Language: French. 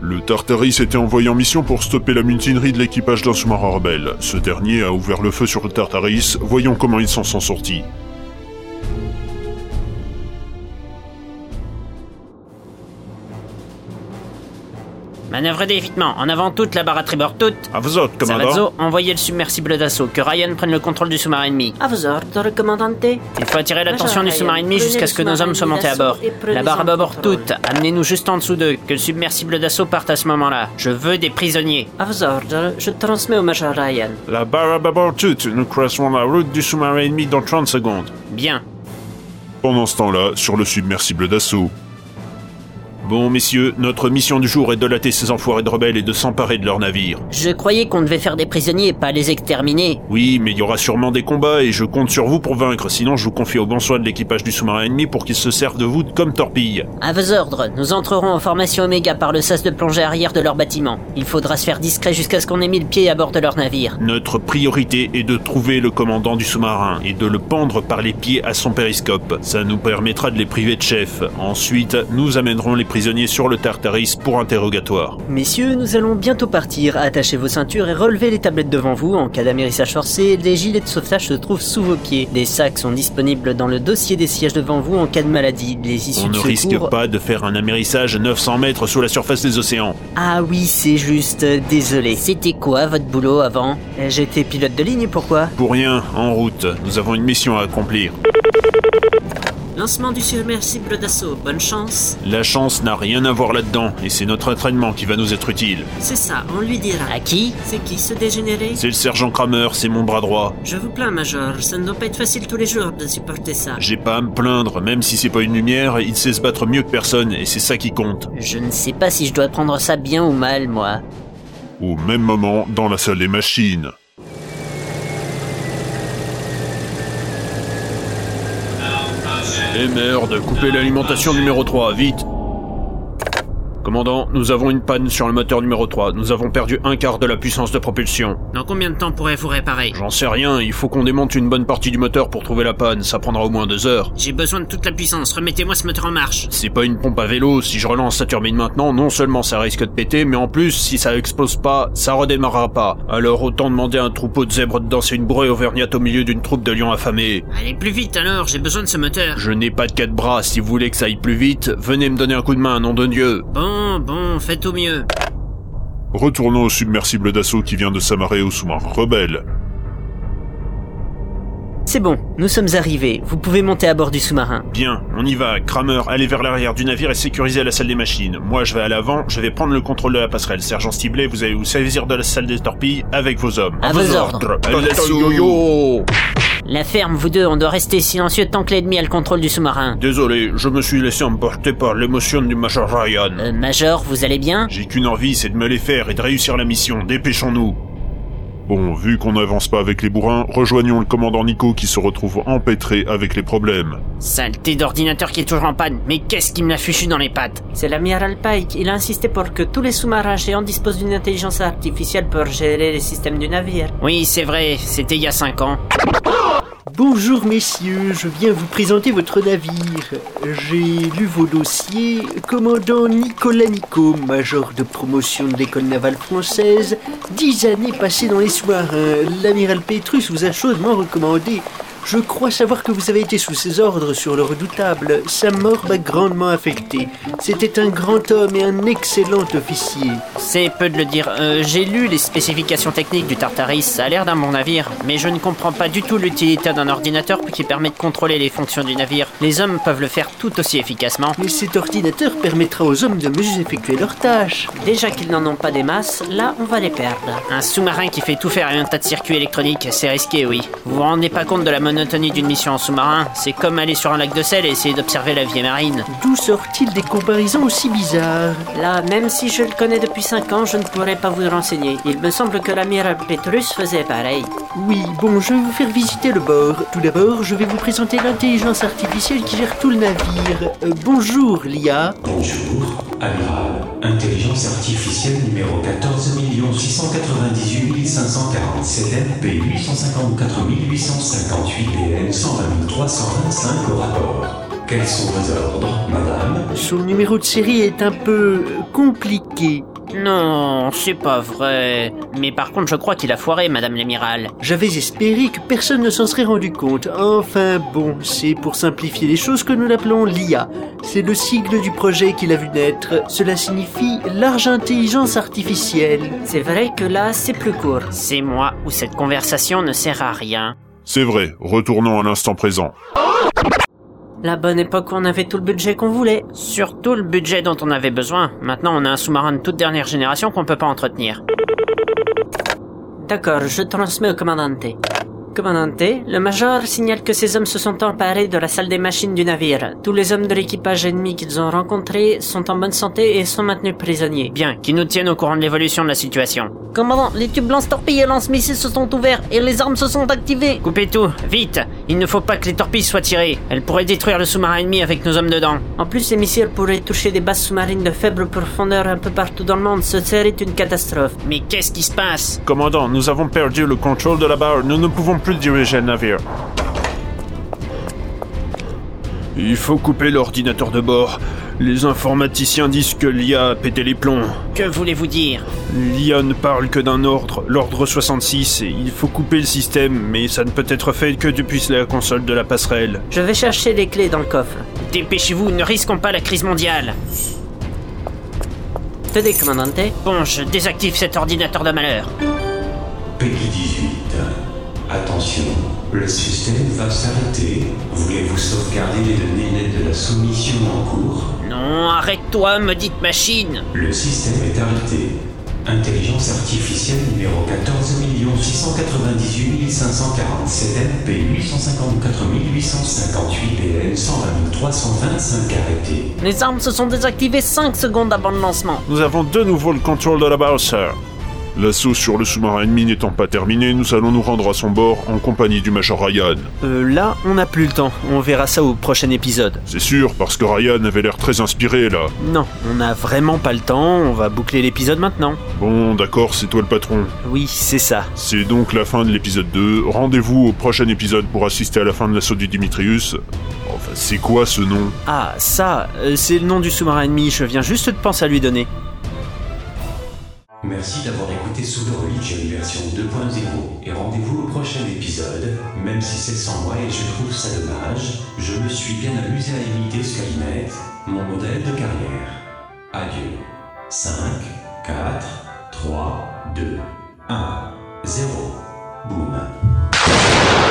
Le Tartaris était envoyé en mission pour stopper la mutinerie de l'équipage d'un sous-marin rebelle. Ce dernier a ouvert le feu sur le Tartaris, voyons comment ils s'en sont sortis. Manœuvre d'évitement, en avant toute, la barre à tribord toute. À vous autres, Salazzo, envoyez le submersible d'assaut, que Ryan prenne le contrôle du sous-marin ennemi. À vos ordres, commandante. Il faut attirer l'attention du Major sous-marin Ryan, ennemi prenez jusqu'à ce le que nos sous-marin hommes soient ennemi montés à d'assaut bord. et prenez La barre à son bord contrôle. toute, amenez-nous juste en dessous d'eux, que le submersible d'assaut parte à ce moment-là. Je veux des prisonniers. À vos ordres, je transmets au Major Ryan. La barre à bâbord toute, nous croiserons la route du sous-marin ennemi dans 30 secondes. Bien. Pendant ce temps-là, sur le submersible d'assaut. Bon, messieurs, notre mission du jour est de latter ces enfoirés de rebelles et de s'emparer de leur navire. Je croyais qu'on devait faire des prisonniers et pas les exterminer. Oui, mais il y aura sûrement des combats et je compte sur vous pour vaincre, sinon je vous confie au bon soin de l'équipage du sous-marin ennemi pour qu'ils se servent de vous comme torpilles. À vos ordres, nous entrerons en formation Oméga par le sas de plongée arrière de leur bâtiment. Il faudra se faire discret jusqu'à ce qu'on ait mis le pied à bord de leur navire. Notre priorité est de trouver le commandant du sous-marin et de le pendre par les pieds à son périscope. Ça nous permettra de les priver de chef. Ensuite, nous amènerons les prisonniers sur le Tartaris pour interrogatoire. Messieurs, nous allons bientôt partir. Attachez vos ceintures et relevez les tablettes devant vous. En cas d'amérissage forcé, les gilets de sauvetage se trouvent sous vos pieds. Des sacs sont disponibles dans le dossier des sièges devant vous en cas de maladie. Les issues On de ne risque secours- pas de faire un amérissage à 900 mètres sous la surface des océans. Ah oui, c'est juste. Désolé. C'était quoi votre boulot avant J'étais pilote de ligne, pourquoi Pour rien, en route, nous avons une mission à accomplir. Lancement du submersible d'assaut, bonne chance. La chance n'a rien à voir là-dedans, et c'est notre entraînement qui va nous être utile. C'est ça, on lui dira. À qui C'est qui ce dégénéré C'est le sergent Kramer, c'est mon bras droit. Je vous plains, Major, ça ne doit pas être facile tous les jours de supporter ça. J'ai pas à me plaindre, même si c'est pas une lumière, il sait se battre mieux que personne, et c'est ça qui compte. Je ne sais pas si je dois prendre ça bien ou mal, moi. Au même moment, dans la salle des machines. Eh merde, coupez l'alimentation numéro 3, vite Commandant, nous avons une panne sur le moteur numéro 3. Nous avons perdu un quart de la puissance de propulsion. Dans combien de temps pourrez-vous réparer J'en sais rien, il faut qu'on démonte une bonne partie du moteur pour trouver la panne, ça prendra au moins deux heures. J'ai besoin de toute la puissance, remettez-moi ce moteur en marche. C'est pas une pompe à vélo, si je relance la turbine maintenant, non seulement ça risque de péter, mais en plus, si ça explose pas, ça redémarrera pas. Alors autant demander à un troupeau de zèbres de danser une brouée auvergnate au milieu d'une troupe de lions affamés. Allez plus vite alors, j'ai besoin de ce moteur. Je n'ai pas de quatre bras, si vous voulez que ça aille plus vite, venez me donner un coup de main, nom de Dieu. Bon, bon, faites au mieux. Retournons au submersible d'assaut qui vient de s'amarrer au sous-marin rebelle. C'est bon, nous sommes arrivés. Vous pouvez monter à bord du sous-marin. Bien, on y va, Kramer, allez vers l'arrière du navire et sécurisez la salle des machines. Moi je vais à l'avant, je vais prendre le contrôle de la passerelle. Sergent Stiblet, vous allez vous saisir de la salle des torpilles avec vos hommes. À vos ordres. yo La ferme, vous deux, on doit rester silencieux tant que l'ennemi a le contrôle du sous-marin. Désolé, je me suis laissé emporter par l'émotion du Major Ryan. Euh, Major, vous allez bien J'ai qu'une envie, c'est de me les faire et de réussir la mission. Dépêchons-nous. Bon, vu qu'on n'avance pas avec les bourrins, rejoignons le commandant Nico qui se retrouve empêtré avec les problèmes. Saleté d'ordinateur qui est toujours en panne, mais qu'est-ce qui me l'a fichu dans les pattes C'est l'amiral Pike, il a insisté pour que tous les sous-marins géants disposent d'une intelligence artificielle pour gérer les systèmes du navire. Oui, c'est vrai, c'était il y a 5 ans. Bonjour messieurs, je viens vous présenter votre navire. J'ai lu vos dossiers. Commandant Nicolas Nico, major de promotion de l'école navale française, dix années passées dans les sous-marins. L'amiral Petrus vous a chaudement recommandé. Je crois savoir que vous avez été sous ses ordres sur le redoutable. Sa mort m'a grandement affecté. C'était un grand homme et un excellent officier. C'est peu de le dire. Euh, J'ai lu les spécifications techniques du Tartaris, ça a l'air d'un bon navire, mais je ne comprends pas du tout l'utilité d'un ordinateur qui permet de contrôler les fonctions du navire. Les hommes peuvent le faire tout aussi efficacement. Mais cet ordinateur permettra aux hommes de mieux effectuer leurs tâches. Déjà qu'ils n'en ont pas des masses, là on va les perdre. Un sous-marin qui fait tout faire et un tas de circuits électroniques, c'est risqué, oui. Vous vous rendez pas compte de la monotonie d'une mission en sous-marin C'est comme aller sur un lac de sel et essayer d'observer la vie marine. D'où sortent-ils des comparaisons aussi bizarres Là, même si je le connais depuis 5 ans, je ne pourrais pas vous renseigner. Il me semble que l'amiral Petrus faisait pareil. Oui, bon, je vais vous faire visiter le bord. Tout d'abord, je vais vous présenter l'intelligence artificielle qui gère tout le navire. Euh, bonjour, l'IA. Bonjour, amiral. Intelligence artificielle numéro 14 698 547 MP 854 858 BN 120 325 au rapport. Quels sont vos ordres, madame Son numéro de série est un peu euh, compliqué. Non, c'est pas vrai. Mais par contre, je crois qu'il a foiré, Madame l'Amiral. J'avais espéré que personne ne s'en serait rendu compte. Enfin bon, c'est pour simplifier les choses que nous l'appelons l'IA. C'est le sigle du projet qu'il a vu naître. Cela signifie large intelligence artificielle. C'est vrai que là, c'est plus court. C'est moi où cette conversation ne sert à rien. C'est vrai, retournons à l'instant présent. La bonne époque où on avait tout le budget qu'on voulait. Surtout le budget dont on avait besoin. Maintenant, on a un sous-marin de toute dernière génération qu'on peut pas entretenir. D'accord, je transmets au commandante. Commandante, le major signale que ces hommes se sont emparés de la salle des machines du navire. Tous les hommes de l'équipage ennemi qu'ils ont rencontrés sont en bonne santé et sont maintenus prisonniers. Bien, qu'ils nous tiennent au courant de l'évolution de la situation. Commandant, les tubes lance-torpilles et lance-missiles se sont ouverts et les armes se sont activées. Coupez tout, vite Il ne faut pas que les torpilles soient tirées. Elles pourraient détruire le sous-marin ennemi avec nos hommes dedans. En plus, les missiles pourraient toucher des bases sous-marines de faible profondeur un peu partout dans le monde. Ce serait une catastrophe. Mais qu'est-ce qui se passe Commandant, nous avons perdu le contrôle de la barre. Nous ne pouvons plus diriger le navire. Il faut couper l'ordinateur de bord. Les informaticiens disent que l'IA a pété les plombs. Que voulez-vous dire L'IA ne parle que d'un ordre, l'ordre 66, et il faut couper le système, mais ça ne peut être fait que depuis la console de la passerelle. Je vais chercher les clés dans le coffre. Dépêchez-vous, ne risquons pas la crise mondiale. Tenez, commandante. Bon, je désactive cet ordinateur de malheur. Peggy 18. Attention, le système va s'arrêter. Voulez-vous sauvegarder les données nettes de la soumission en cours Non, arrête-toi, maudite machine Le système est arrêté. Intelligence artificielle numéro 14 698 547 MP 854 858 BN 122 325 arrêté. Les armes se sont désactivées 5 secondes avant le lancement. Nous avons de nouveau le contrôle de la barre, sir. L'assaut sur le sous-marin ennemi n'étant pas terminé, nous allons nous rendre à son bord en compagnie du Major Ryan. Euh, là, on n'a plus le temps. On verra ça au prochain épisode. C'est sûr, parce que Ryan avait l'air très inspiré là. Non, on n'a vraiment pas le temps. On va boucler l'épisode maintenant. Bon, d'accord, c'est toi le patron. Oui, c'est ça. C'est donc la fin de l'épisode 2. Rendez-vous au prochain épisode pour assister à la fin de l'assaut du Dimitrius. Enfin, c'est quoi ce nom Ah, ça, euh, c'est le nom du sous-marin ennemi. Je viens juste de penser à lui donner. Merci d'avoir écouté Sous le religion version 2.0 et rendez-vous au prochain épisode. Même si c'est sans moi et je trouve ça dommage, je me suis bien amusé à imiter Skynet, mon modèle de carrière. Adieu. 5, 4, 3, 2, 1, 0. Boum.